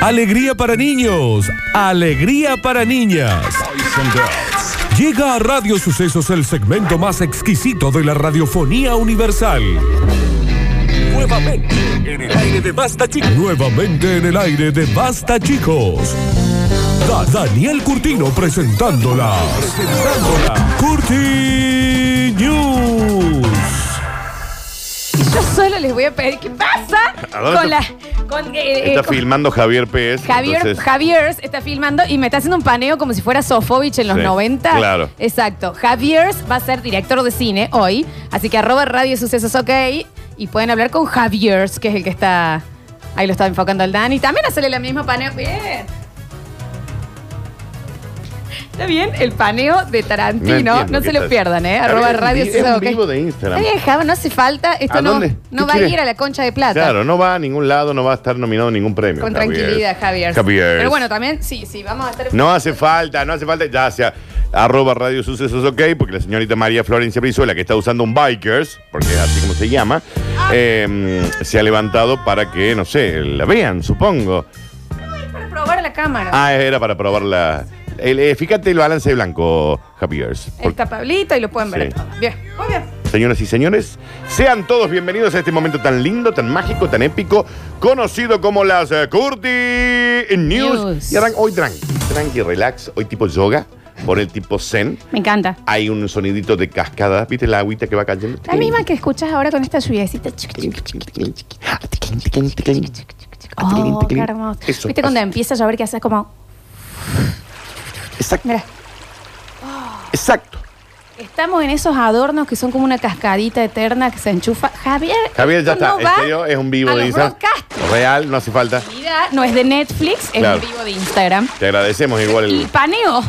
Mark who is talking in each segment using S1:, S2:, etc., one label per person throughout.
S1: Alegría para niños, alegría para niñas. Llega a Radio Sucesos el segmento más exquisito de la radiofonía universal. Nuevamente en el aire de Basta Chicos. Nuevamente en el aire de Basta Chicos. Da- Daniel Curtino presentándola. Presentándola. Curti News.
S2: Y yo solo les voy a pedir qué pasa
S3: ¿A dónde
S2: con la.
S3: está-
S2: Con, eh, eh,
S3: Está
S2: con-
S3: filmando Javier Pérez.
S2: Javier,
S3: entonces-
S2: Javier está filmando y me está haciendo un paneo como si fuera Sofovich en los
S3: Sí,
S2: 90.
S3: claro.
S2: Exacto. Javier va a ser director de cine hoy, así que arroba Radio Sucesos OK y pueden hablar con Javier, que es el que está... Ahí lo está enfocando al Dani. También hacerle la misma paneo. Bien. Está bien el paneo de Tarantino. No,
S3: entiendo
S2: se
S3: qué
S2: lo
S3: estás-
S2: pierdan, ¿eh?
S3: Está
S2: Arroba
S3: bien,
S2: Radio
S3: es un
S2: Sucesos OK.
S3: vivo de Instagram.
S2: Está bien, Java, no hace falta. Esto
S3: ¿A
S2: no,
S3: dónde?
S2: no
S3: ¿Qué
S2: va
S3: quieres?
S2: a ir a la concha de plata.
S3: Claro, no va a ningún lado, no va a estar nominado a ningún premio.
S2: Con
S3: Javier.
S2: tranquilidad, Javier.
S3: Javier.
S2: Pero bueno, también, sí, sí, vamos a estar.
S3: No hace falta, no hace falta. Ya sea arroba Radio Sucesos OK, porque la señorita María Florencia Brizuela, que está usando un Bikers, porque es así como se llama,
S2: Ah.
S3: eh, se ha levantado para que, no sé, la vean, supongo.
S2: Para probar la cámara.
S3: Ah, era para probar la... el- eh, fíjate el balance de blanco, Javier.
S2: el tapablito y lo pueden ver.
S3: Sí.
S2: Bien, muy bien.
S3: Señoras y señores, sean todos bienvenidos a este momento tan lindo, tan mágico, tan épico, conocido como las eh, Curti News.
S2: News.
S3: Y arran- hoy tranqui, tranqui, relax, hoy tipo yoga, por el tipo zen.
S2: Me encanta.
S3: Hay un sonidito de cascada, ¿viste la agüita que va cayendo?
S2: La misma que escuchas ahora con esta lluviecita. Chiqui, chiqui, chiqui, chiqui. Oh, qué hermoso.
S3: Eso,
S2: ¿Viste cuando
S3: así.
S2: empieza a llover que haces como.
S3: Exacto,
S2: Mira,
S3: exacto.
S2: estamos en esos adornos que son como una cascadita eterna que se enchufa. Javier.
S3: Javier, ya
S2: esto
S3: está.
S2: no
S3: En
S2: va
S3: serio, es un vivo
S2: a
S3: de
S2: los
S3: Instagram.
S2: broadcasters.
S3: Real, no hace falta.
S2: Mira, No es de Netflix, es
S3: Claro.
S2: un vivo de Instagram.
S3: Te agradecemos igual
S2: Y
S3: el.
S2: paneo.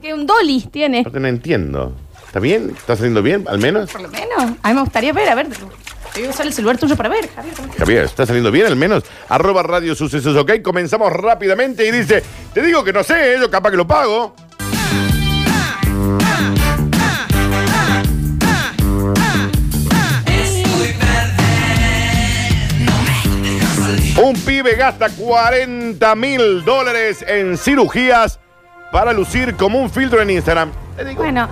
S2: Que un dolly tiene.
S3: Aparte, no entiendo. ¿Está bien? ¿Está saliendo bien, al menos?
S2: Por lo menos. A mí me gustaría ver, a ver. Te voy a usar el celular tuyo para ver, Javier. ¿cómo estás?
S3: Javier, está saliendo bien al menos. Arroba Radio Sucesos, ok. Comenzamos rápidamente y dice: Te digo que no sé, ¿eh? yo capaz que lo pago. Un pibe gasta 40 mil dólares en cirugías para lucir como un filtro en Instagram. Te digo,
S2: Bueno,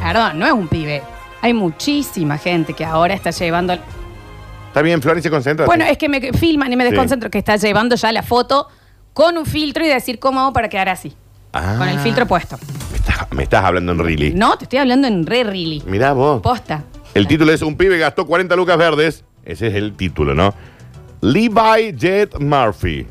S2: perdón, no es un pibe. Hay muchísima gente que ahora está llevando.
S3: Está bien, Florencia, concentra.
S2: Bueno, es que me filman y me
S3: Sí.
S2: desconcentro que está llevando ya la foto con un filtro y decir cómo hago para quedar así. Con el filtro puesto.
S3: Ah, Me estás, me estás hablando en Really.
S2: No, te estoy hablando en re really.
S3: Mirá vos.
S2: Posta.
S3: El título es Un pibe gastó 40 lucas verdes. Ese es el título, ¿no? Levi Jet Murphy.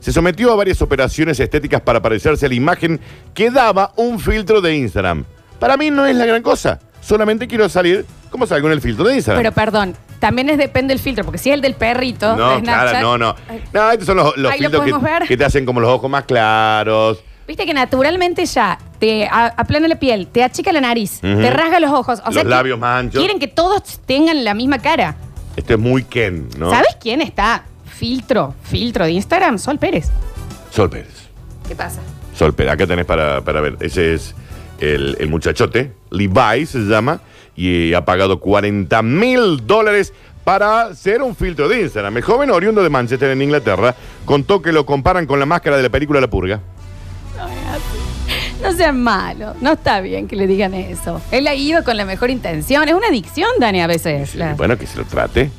S3: Se sometió a varias operaciones estéticas para parecerse a la imagen que daba un filtro de Instagram. Para mí no es la gran cosa. Solamente quiero salir como salgo en el filtro de Instagram.
S2: Pero perdón, también es depende del filtro, porque si es el del perrito,
S3: no,
S2: de Snapchat,
S3: claro, no, no. No, estos son los, los
S2: Ahí lo
S3: filtros
S2: podemos ver.
S3: que, que te hacen como los ojos más claros.
S2: Viste que naturalmente ya te a- aplana la piel, te achica la nariz,
S3: Ujú.
S2: te rasga los ojos. O
S3: Los
S2: sea que
S3: labios más anchos.
S2: Quieren que todos tengan la misma cara.
S3: Esto es muy Ken, ¿no?
S2: ¿Sabes quién está? Filtro, filtro de Instagram, Sol Pérez.
S3: Sol Pérez.
S2: ¿Qué pasa?
S3: Sol Pérez, acá tenés para, para ver. Ese es el, el muchachote. Levi se llama. Y ha pagado 40 mil dólares para hacer un filtro de Instagram. El joven oriundo de Manchester, en Inglaterra, contó que lo comparan con la máscara de la película La Purga.
S2: No sean malos, no está bien que le digan eso. Él ha ido con la mejor intención, es una adicción, Dani, a veces.
S3: Sí,
S2: La-
S3: Bueno, que se lo trate.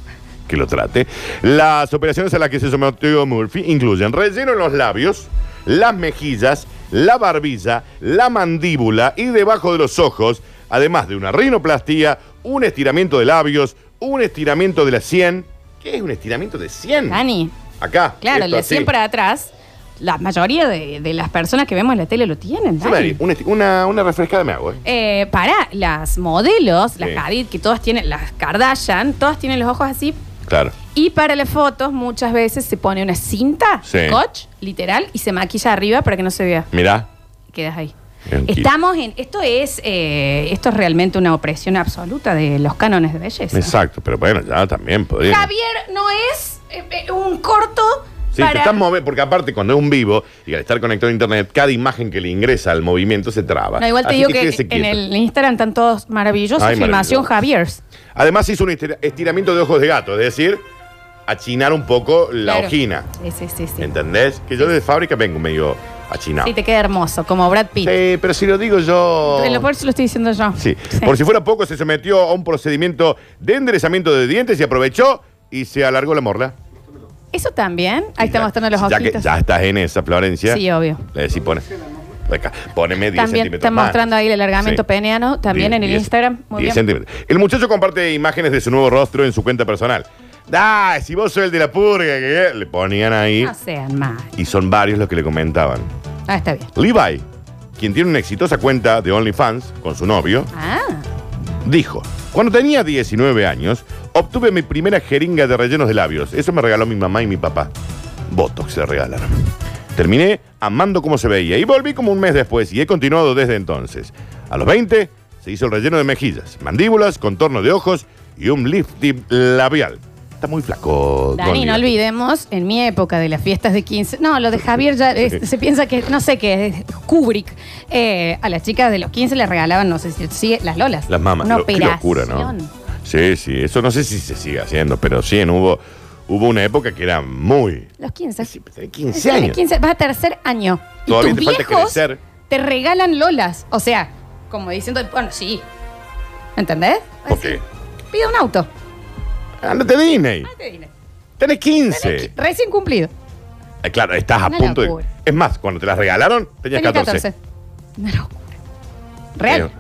S3: Que lo trate. Las operaciones a las que se sometió Murphy incluyen relleno en los labios, las mejillas, la barbilla, la mandíbula y debajo de los ojos, además de una rinoplastía, un estiramiento de labios, un estiramiento de la sien. ¿Qué es un estiramiento de sien?
S2: Dani,
S3: Acá.
S2: claro,
S3: esto
S2: le
S3: así.
S2: siempre atrás, la mayoría de, de las personas que vemos en la tele lo tienen.
S3: Sí,
S2: Dani.
S3: Mari, un esti- Una, una refrescada me hago, ¿eh?
S2: Eh, para las modelos, las
S3: Sí.
S2: Hadid, que todas tienen, las Kardashian, todas tienen los ojos así.
S3: Claro.
S2: Y para las fotos, muchas veces se pone una cinta,
S3: Sí.
S2: scotch, literal, y se maquilla arriba para que no se vea.
S3: Mirá.
S2: Quedas ahí.
S3: Tranquilo.
S2: Estamos en. Esto es. eh, esto es realmente una opresión absoluta de los cánones de belleza.
S3: Exacto, pero bueno, ya también podría.
S2: Javier no es eh, eh, un corto.
S3: Sí, te
S2: para...
S3: estás moviendo, porque aparte cuando es un vivo y al estar conectado a internet, cada imagen que le ingresa al movimiento se traba.
S2: No, igual te
S3: Así
S2: digo
S3: quédese
S2: que en
S3: quieto.
S2: el Instagram están todos maravillosos.
S3: Ay,
S2: Filmación
S3: maravilloso.
S2: Javier.
S3: Además hizo un estir- estiramiento de ojos de gato, es decir, achinar un poco la
S2: Claro.
S3: ojina.
S2: Sí, sí, sí. sí.
S3: ¿Entendés? Que yo de fábrica vengo medio achinado.
S2: Sí, te queda hermoso, como Brad Pitt.
S3: Sí, pero si lo digo yo.
S2: En lo por eso lo estoy diciendo yo.
S3: Sí. Por si fuera poco, se sometió a un procedimiento de enderezamiento de dientes y aprovechó y se alargó la morla.
S2: Eso también. Ahí estamos mostrando los
S3: ya que
S2: ojitos.
S3: ya estás en esa, Florencia.
S2: Sí, obvio.
S3: Le decís, pone. Acá, poneme 10
S2: También
S3: centímetros
S2: están
S3: más.
S2: mostrando ahí el alargamiento
S3: Sí.
S2: peneano, también
S3: Die-
S2: en el
S3: diez-
S2: Instagram. Muy
S3: diez
S2: bien.
S3: centímetros. El muchacho comparte imágenes de su nuevo rostro en su cuenta personal. Da, si vos sos el de la purga, que le ponían ahí.
S2: No sean mal.
S3: Y son varios los que le comentaban.
S2: Ah, está bien.
S3: Levi, quien tiene una exitosa cuenta de OnlyFans con su novio,
S2: Ah,
S3: dijo: Cuando tenía 19 años, obtuve mi primera jeringa de rellenos de labios. Eso me regaló mi mamá y mi papá. Botox se regalaron. Terminé amando cómo se veía y volví como un mes después y he continuado desde entonces. A los 20 se hizo el relleno de mejillas, mandíbulas, contorno de ojos y un lifting labial. Está muy flaco.
S2: Dani,
S3: Gondi.
S2: no olvidemos, en mi época de las fiestas de 15. No, lo de Javier ya es- se piensa que, no sé qué, es Kubrick. Eh, a las chicas de los 15 les regalaban, no sé si sigue, las lolas.
S3: Las mamas.
S2: Una
S3: Lo- qué locura, ¿no?
S2: operación.
S3: Sí, sí. Eso no sé si se sigue haciendo, pero sí, en hubo, hubo una época que era muy...
S2: Los 15.
S3: Sí, pero tenés 15 años.
S2: 15, vas a tercer año. Y
S3: Todavía
S2: tus
S3: te falta
S2: viejos
S3: crecer.
S2: Te regalan lolas. O sea, como diciendo, bueno, sí. ¿Entendés?
S3: ¿Por
S2: Así,
S3: qué?
S2: Pide un auto.
S3: Ándate a Disney.
S2: Te diré.
S3: Tenés 15.
S2: Recién cumplido.
S3: Eh, Claro, estás a
S2: Una
S3: punto
S2: locura.
S3: de... Es más, cuando te las regalaron, tenías,
S2: Tenía
S3: 14.
S2: 14. Una locura. Real.
S3: Creo.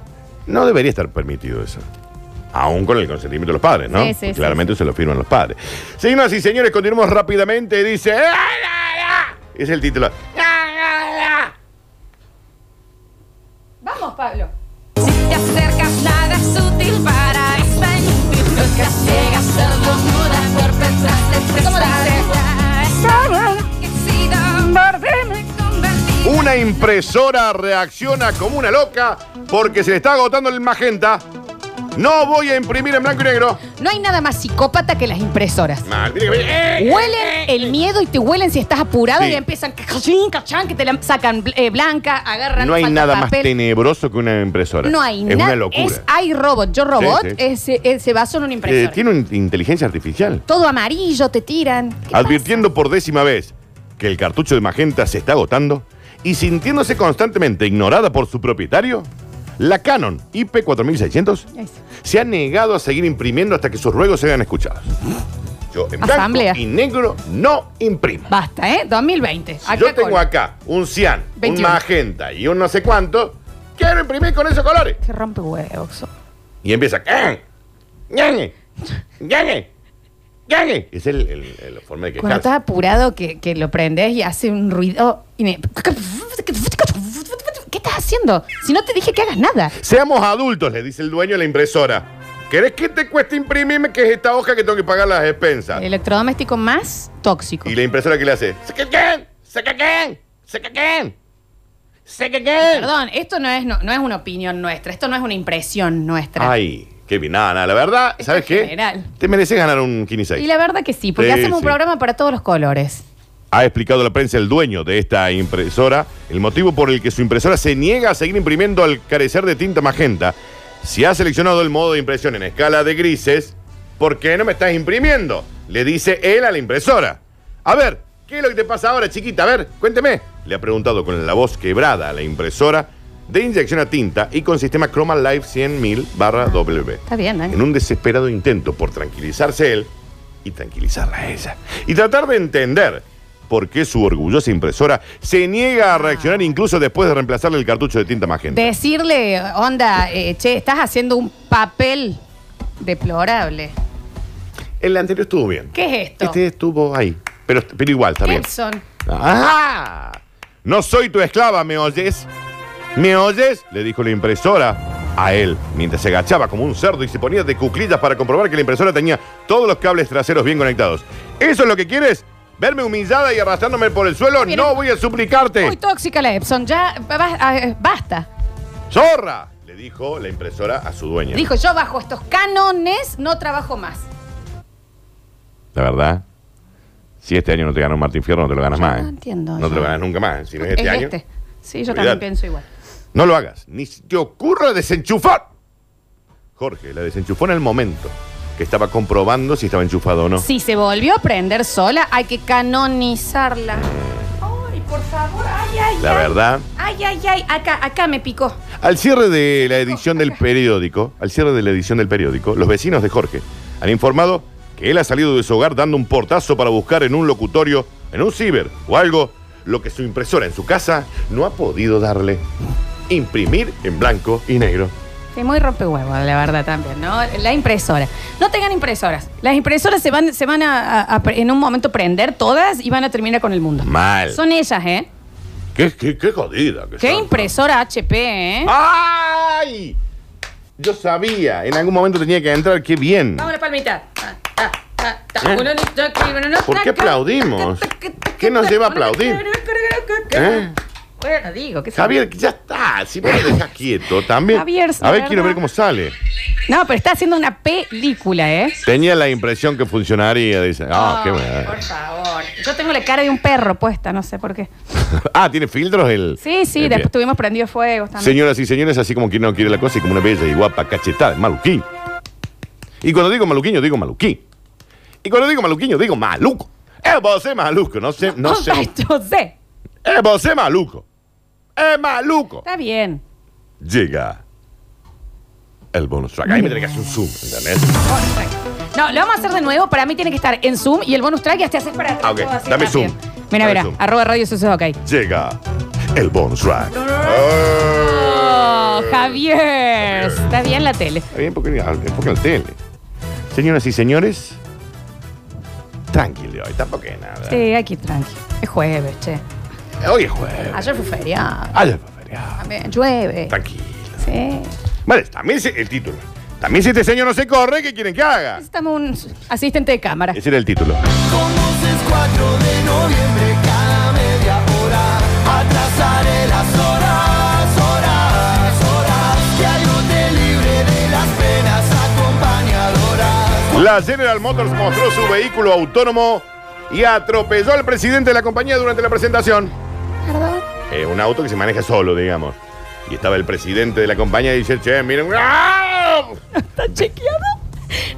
S3: No debería estar permitido eso. Aún con el consentimiento de los padres, ¿no?
S2: Sí, sí,
S3: Porque
S2: sí,
S3: claramente se lo firman los padres. Señoras y señores, continuamos rápidamente. Dice... "Ah, ah, ah". Es el título.
S2: Vamos, Pablo.
S4: Si te acercas, nada es útil para esta que Llegas solo mudas por pensar de
S2: ¿Cómo
S4: Que he sido convertida.
S3: Una impresora reacciona como una loca porque se le está agotando el magenta. No voy a imprimir en blanco y negro.
S2: No hay nada más psicópata que las impresoras.
S3: Mal, tiene que ver. ¡Eh!
S2: Huelen el miedo y te huelen si estás apurado
S3: Sí.
S2: y empiezan cachín, cachán, que te la sacan eh, blanca, agarran.
S3: No hay
S2: falta
S3: nada más
S2: papel.
S3: tenebroso que una impresora.
S2: No hay
S3: Es
S2: nada.
S3: una locura. Eh,
S2: Es hay robot. Yo robot
S3: Sí, sí.
S2: ese- eh, se basó en una
S3: Eh,
S2: impresora.
S3: tiene una in- inteligencia artificial.
S2: Todo amarillo, te tiran. ¿Qué
S3: Advirtiendo por décima vez que el cartucho de magenta se está agotando y sintiéndose constantemente ignorada por su propietario, la Canon IP4600
S2: pasa? Eso.
S3: se ha negado a seguir imprimiendo hasta que sus ruegos sean escuchados. Yo en blanco
S2: Asamblea.
S3: y negro no imprimo.
S2: Basta, ¿eh? 2020.
S3: Si yo tengo
S2: con-
S3: acá un cian,
S2: 21.
S3: un magenta y un no sé cuánto, quiero imprimir con esos colores.
S2: Qué rompe huevos.
S3: Y empieza. "Ñe, ñe, ñe, ñe". Es el, el- el- la forma de
S2: Cuando
S3: quejarse.
S2: estás apurado, que, que lo prendes y hace un ruido. y me- ¿Qué estás haciendo? Si no te dije que hagas nada.
S3: Seamos adultos, le dice el dueño de la impresora. ¿Querés que te cueste imprimirme que es esta hoja que tengo que pagar las expensas?
S2: El electrodoméstico más tóxico.
S3: Y la impresora que le hace. "Se que quen, se que quen, se que quen, se que quen".
S2: Perdón, esto no es, no, no es una opinión nuestra, esto no es una impresión nuestra.
S3: Ay, qué bien. Nada, nada. La verdad,
S2: Esto
S3: ¿sabes
S2: es
S3: qué?
S2: general.
S3: Te mereces ganar un 15
S2: Y la verdad que sí, porque
S3: Sí,
S2: hacemos un
S3: sí.
S2: programa para todos los colores.
S3: Ha explicado a la prensa el dueño de esta impresora el motivo por el que su impresora se niega a seguir imprimiendo al carecer de tinta magenta. Si ha seleccionado el modo de impresión en escala de grises, ¿por qué no me estás imprimiendo? Le dice él a la impresora. A ver, ¿qué es lo que te pasa ahora, chiquita? A ver, cuénteme. Le ha preguntado con la voz quebrada a la impresora de inyección a tinta y con sistema Chroma Life 100.000 barra W.
S2: Está bien, ¿eh? Dani.
S3: En un desesperado intento por tranquilizarse él y tranquilizarla a ella. Y tratar de entender por qué su orgullosa impresora se niega a reaccionar incluso después de reemplazarle el cartucho de tinta magenta.
S2: Decirle, onda, eh, che, estás haciendo un papel deplorable.
S3: El anterior estuvo bien.
S2: ¿Qué es esto?
S3: Este estuvo ahí. Pero, pero igual, está bien.
S2: Nelson.
S3: ¡Ajá! No soy tu esclava, ¿me oyes? ¿Me oyes? Le dijo la impresora a él, mientras se agachaba como un cerdo y se ponía de cuclillas para comprobar que la impresora tenía todos los cables traseros bien conectados. ¿Eso es lo que quieres? ¿Verme humillada y arrastrándome por el suelo?
S2: Miren.
S3: ¡No voy a suplicarte!
S2: Muy tóxica la Epson, ya ba- ah, basta.
S3: ¡Zorra! Le dijo la impresora a su dueña.
S2: Dijo, yo bajo estos cánones no trabajo más.
S3: La verdad, si este año no te gana un Martín Fierro, no te lo ganas
S2: Yo
S3: más.
S2: no
S3: ¿eh?
S2: entiendo
S3: No te
S2: eso.
S3: lo ganas nunca más. Si no es este
S2: es
S3: año,
S2: este. Sí, yo
S3: Olvídate.
S2: también pienso igual.
S3: No lo hagas, ni se te ocurra desenchufar. Jorge la desenchufó en el momento que estaba comprobando si estaba enchufado o no.
S2: Si se volvió a prender sola, hay que canonizarla. Ay, por favor, ay, ay,
S3: La
S2: ay.
S3: verdad.
S2: Ay, ay, ay, acá, acá me picó.
S3: Al cierre de la edición del periódico, al cierre de la edición del periódico, los vecinos de Jorge han informado que él ha salido de su hogar dando un portazo para buscar en un locutorio, en un ciber o algo, lo que su impresora en su casa no ha podido darle. Imprimir en blanco y negro.
S2: Sí, muy rompehuevo, la verdad también, ¿no? La impresora. No tengan impresoras. Las impresoras se van, se van a, a- a pre- en un momento prender todas y van a terminar con el mundo.
S3: Mal.
S2: Son ellas, ¿eh?
S3: Qué, qué, qué jodida. que
S2: Qué
S3: son.
S2: impresora HP, ¿eh?
S3: Ah. ¡Ay! Yo sabía, en algún momento tenía que entrar, qué bien.
S2: Vamos a la palmita. Ta, ta, ta, ta.
S3: ¿Eh?
S2: Uno, dos, tres, uno, dos,
S3: ¿Por qué
S2: tres,
S3: aplaudimos?
S2: ta, ta, ta, ta,
S3: ¿Qué nos
S2: ta,
S3: lleva a
S2: uno, dos,
S3: aplaudir?
S2: tres,
S3: ¿Eh?
S2: Bueno, digo, ¿qué sé yo.
S3: Javier, ya está. Si vos lo dejás quieto también.
S2: Javier,
S3: a ver,
S2: ¿verdad?
S3: quiero ver cómo sale.
S2: No, pero está haciendo una película, ¿eh?
S3: Tenía la impresión que funcionaría, dice. Ah, qué
S2: Ay,
S3: bueno.
S2: Por favor. Yo tengo la cara de un perro puesta, no sé por qué.
S3: Ah, ¿tiene filtros el...?
S2: Sí, sí,
S3: Bien,
S2: después
S3: bien.
S2: tuvimos prendido fuego también.
S3: Señoras y señores, así como quien no quiere la cosa, y como una bella y guapa cachetada, maluquín. Y cuando digo maluquiño, digo maluquín. Y cuando digo maluquiño, digo maluco. Es vos es maluco, no sé, no sé.
S2: Yo sé.
S3: Es vos es maluco. Es maluco.
S2: Está bien.
S3: Llega el bonus track. Ahí me tenés que hacer un zoom, ¿entendés?
S2: No, lo vamos a hacer de nuevo. Para mí tiene que estar en Zoom y el bonus track y hasta haces para atrás.
S3: Ah, ok.
S2: todo así
S3: Dame
S2: rápido.
S3: Zoom.
S2: Mira,
S3: Dame
S2: mira.
S3: Zoom.
S2: Arroba Radio Suceso, ok.
S3: Llega el bonus track. Eh,
S2: Oh, Javier. Está bien la tele.
S3: Está bien, porque enfoca el tele. Señoras y señores, tranquilo hoy, tampoco es nada.
S2: Sí, aquí tranqui. Es jueves,
S3: Eh.
S2: che.
S3: Hoy es jueves.
S2: Ayer fue feriado.
S3: Ayer fue feriado.
S2: También llueve.
S3: Tranquilo.
S2: Sí.
S3: Vale, también se- el título. También si este señor no se corre, ¿qué quieren que haga?
S2: Necesitamos un asistente de cámara.
S3: Ese era el título.
S5: Somos es 4 de noviembre cada media hora. Atrasaré las horas, horas, horas. Que hay un te libre de las penas acompañadoras.
S3: La General Motors mostró su vehículo autónomo y atropelló al presidente de la compañía durante la presentación. Eh, un auto que se maneja solo, digamos. Y estaba el presidente de la compañía y dice, che, miren. ¡ah!
S2: ¿Está chequeado?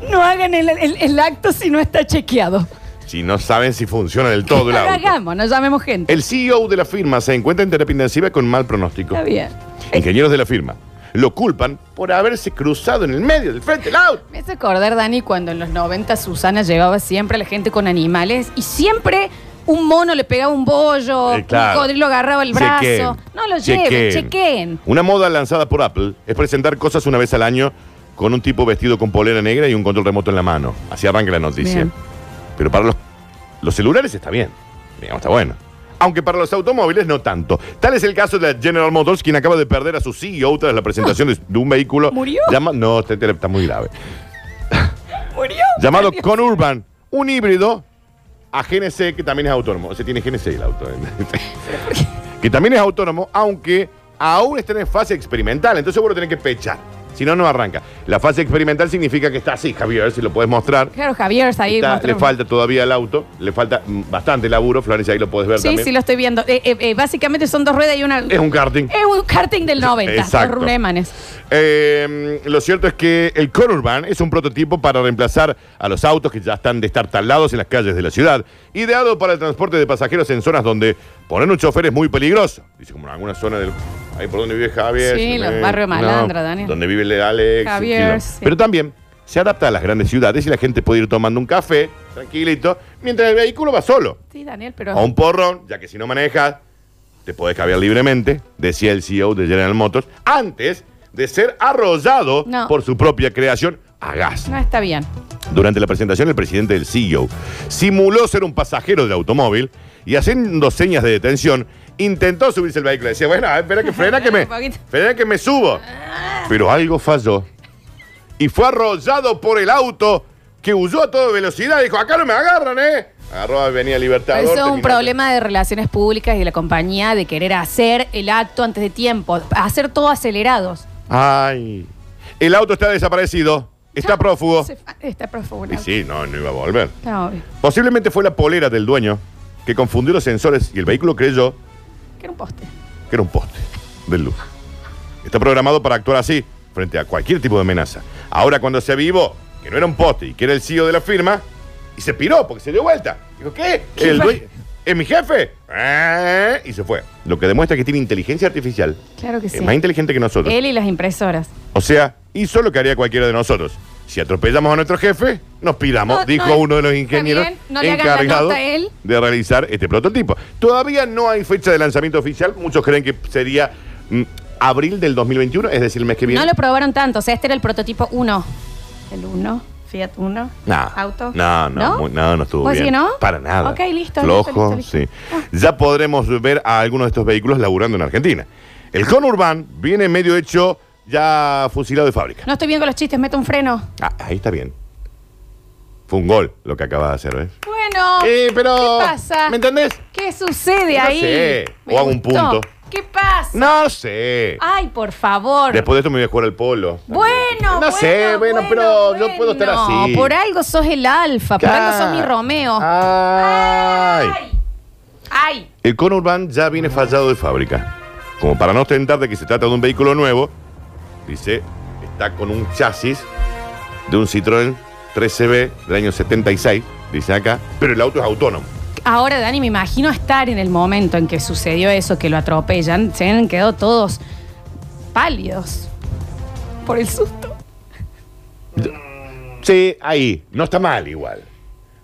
S2: No hagan el, el- el acto si no está chequeado.
S3: Si no saben si funciona del todo
S2: No
S3: el
S2: lo
S3: auto.
S2: hagamos, no llamemos gente.
S3: El CEO de la firma se encuentra en terapia intensiva con mal pronóstico.
S2: Está bien.
S3: Ingenieros de la firma lo culpan por haberse cruzado en el medio del frente del auto.
S2: Me hace acordar, Dani, cuando en los 90 Susana llevaba siempre a la gente con animales y siempre un mono le pegaba un bollo,
S3: Eh, claro.
S2: un codrilo agarraba el brazo. No lo lleven, chequen.
S3: Una moda lanzada por Apple es presentar cosas una vez al año con un tipo vestido con polera negra y un control remoto en la mano. Así arranca la noticia.
S2: Bien.
S3: Pero para los, los celulares está bien. Digamos, está bueno. Aunque para los automóviles no tanto. Tal es el caso de la General Motors, quien acaba de perder a su CEO tras la presentación de, de un vehículo.
S2: ¿Murió?
S3: llama- no, está, está muy grave.
S2: Murió.
S3: Llamado Conurban, un híbrido a GNC que también es autónomo. O sea, tiene GNC el auto. que también es autónomo, aunque aún está en fase experimental. Entonces vos lo tenés que pechar. Si no, no arranca. La fase experimental significa que está así, Javier, si lo puedes mostrar.
S2: Claro, Javier está ahí.
S3: Está-
S2: mostró-
S3: le falta todavía el auto, le falta mm, bastante laburo. Florencia, ahí lo podés ver
S2: sí,
S3: también.
S2: sí, lo estoy viendo. Eh, eh, eh, básicamente son dos ruedas y una...
S3: Es un karting.
S2: Es un karting del 90,
S3: Exacto.
S2: dos runemanes.
S3: Eh, lo cierto es que el Conurban es un prototipo para reemplazar a los autos que ya están destartalados en las calles de la ciudad, ideado para el transporte de pasajeros en zonas donde poner un chofer es muy peligroso. Dice, como en alguna zona del... Ahí por donde vive Javier.
S2: Sí,
S3: eh,
S2: los barrios malandra, Daniel.
S3: Donde vive el de Alex.
S2: Javier,
S3: quilombo.
S2: sí.
S3: Pero también se adapta a las grandes ciudades y la gente puede ir tomando un café, tranquilito, mientras el vehículo va solo.
S2: Sí, Daniel, pero...
S3: A un porrón, ya que si no manejas, te podés caviar libremente, decía el CEO de General Motors, antes de ser arrollado
S2: No.
S3: por su propia creación a gas.
S2: No está bien.
S3: Durante la presentación, el presidente del CEO simuló ser un pasajero del automóvil y haciendo señas de detención, intentó subirse el vehículo. Decía, bueno, espera que frena que me,
S2: Un poquito. Ah.
S3: frena que me subo. Pero algo falló y fue arrollado por el auto que huyó a toda velocidad. Dijo, acá no me agarran, ¿eh? Agarró a Avenida Libertador.
S2: Eso es un
S3: terminó-
S2: problema de relaciones públicas y de la compañía de querer hacer el acto antes de tiempo, hacer todo acelerados.
S3: Ay. El auto está desaparecido. Está prófugo.
S2: Se fa- Está prófugo.
S3: Y
S2: ¿no? eh.
S3: sí, no, no iba a volver.
S2: Está obvio.
S3: Posiblemente fue la polera del dueño que confundió los sensores y el vehículo creyó
S2: Que era un poste.
S3: que era un poste del luz. Está programado para actuar así frente a cualquier tipo de amenaza. Ahora cuando se avivó que no era un poste y que era el CEO de la firma, y se piró porque se dio vuelta. Dijo, ¿qué?
S2: ¿Qué
S3: ¿El
S2: fue?
S3: due- ¿Es mi jefe? Ah, Y se fue. Lo que demuestra que tiene inteligencia artificial.
S2: Claro que
S3: es
S2: sí.
S3: más inteligente que nosotros.
S2: Él y las impresoras.
S3: O sea, hizo lo que haría cualquiera de nosotros. Si atropellamos a nuestro jefe, nos piramos,
S2: No,
S3: dijo
S2: no,
S3: uno de los
S2: está
S3: ingenieros
S2: bien, no le hagan la
S3: encargado
S2: nota a él.
S3: de realizar este prototipo. Todavía no hay fecha de lanzamiento oficial. Muchos creen que sería mm, abril del 2021, es decir, el mes que viene.
S2: No lo probaron tanto. O sea, este era el prototipo 1. El 1, Fiat 1.
S3: No.
S2: Auto.
S3: No, no, muy- no, no estuvo
S2: ¿Vos
S3: bien.
S2: decís que no?
S3: Para nada.
S2: Ok, listo,
S3: Flojo,
S2: listo, listo, Ah. listo.
S3: sí. Ya podremos ver a algunos de estos vehículos laburando en Argentina. El Conurban viene medio hecho ya fusilado de fábrica.
S2: No estoy bien con los chistes, meto un freno.
S3: Ah, ahí está bien. Fue un gol lo que acabas de hacer, ¿ves?
S2: Bueno.
S3: Eh, pero.
S2: Ah, ¿Qué pasa?
S3: ¿Me entendés?
S2: ¿Qué sucede
S3: No
S2: ahí?
S3: sé.
S2: Me
S3: O hago un
S2: gustó.
S3: punto.
S2: ¿Qué pasa?
S3: No sé.
S2: Ay, por favor.
S3: Después de esto me voy a jugar al polo.
S2: Bueno,
S3: No sé, bueno, pero yo puedo estar así. Ah.
S2: No, por algo sos el alfa, por algo sos mi Romeo.
S3: Ay.
S2: Ay,
S3: El Conurban ya viene fallado de fábrica. Como para no ostentar de que se trata de un vehículo nuevo, dice, está con un chasis de un Citroën 13B del año 76, dice acá, pero el auto es autónomo.
S2: ahora Dani, me imagino estar en el momento en que sucedió eso, que lo atropellan, se han quedado todos pálidos por el susto.
S3: Sí, ahí. No está mal igual.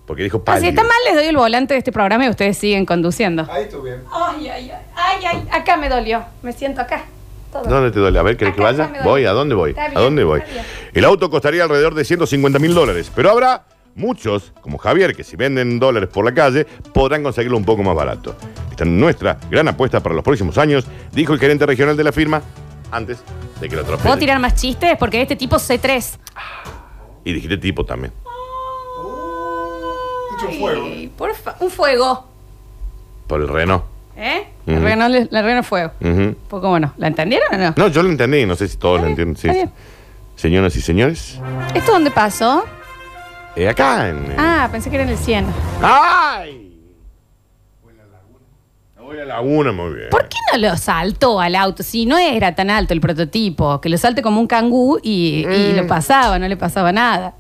S3: Porque dijo
S2: Ah,
S3: pálido.
S2: Si está mal, les doy el volante de este programa y ustedes siguen conduciendo.
S5: Ahí estuvo bien.
S2: Ay, ay, ay, ay, ay, acá me dolió. Me siento acá. Todo.
S3: ¿Dónde te duele? A ver, ¿querés que
S2: Acá,
S3: vaya?
S2: acá me duele.
S3: Voy, ¿a dónde voy?
S2: Está bien,
S3: ¿A dónde voy?
S2: está bien.
S3: El auto costaría alrededor de 150 mil dólares, pero habrá muchos, como Javier, que si venden dólares por la calle, podrán conseguirlo un poco más barato. Esta es nuestra gran apuesta para los próximos años, dijo el gerente regional de la firma antes de que lo
S2: ¿Puedo
S3: atropellen.
S2: tirar más chistes? Porque este tipo C3.
S3: Y dijiste tipo también.
S5: Mucho fuego.
S2: Ay, por fa- un fuego.
S3: Por el Renault.
S2: ¿Eh?
S3: Ujú.
S2: La Renault, es- la Renault es fuego.
S3: Ujú.
S2: Pues cómo no. ¿La entendieron o no?
S3: No, yo lo entendí, no sé si todos lo entienden. sí.
S2: está bien.
S3: Señoras y señores,
S2: ¿Esto dónde pasó?
S3: eh, acá en...
S2: Ah, pensé que era en el 100.
S3: ¡Ay! Voy a la laguna, muy bien.
S2: ¿Por qué no lo saltó al auto? Si no era tan alto el prototipo, que lo salte como un cangú y, y
S3: Mm.
S2: lo pasaba, no le pasaba nada.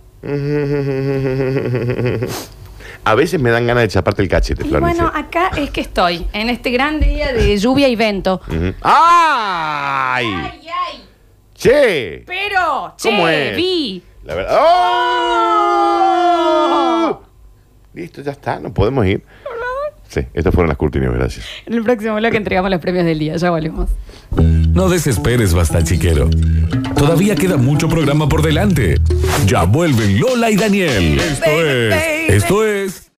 S3: A veces me dan ganas de chaparte el cachete,
S2: Y
S3: Florencia.
S2: bueno, acá es que estoy, en este gran día de lluvia y viento.
S3: Ujú. ¡Ay!
S2: Ay, ay,
S3: ¡Che!
S2: pero, che,
S3: ¿Cómo es?
S2: vi.
S3: La verdad. ¡Oh! Listo, ya está, no podemos ir. Sí, estas fueron las cortinas, gracias.
S2: En el próximo bloque entregamos los premios del día, ya volvemos.
S1: No desesperes, basta chiquero. Todavía queda mucho programa por delante. Ya vuelven Lola y Daniel. Esto es. Esto es.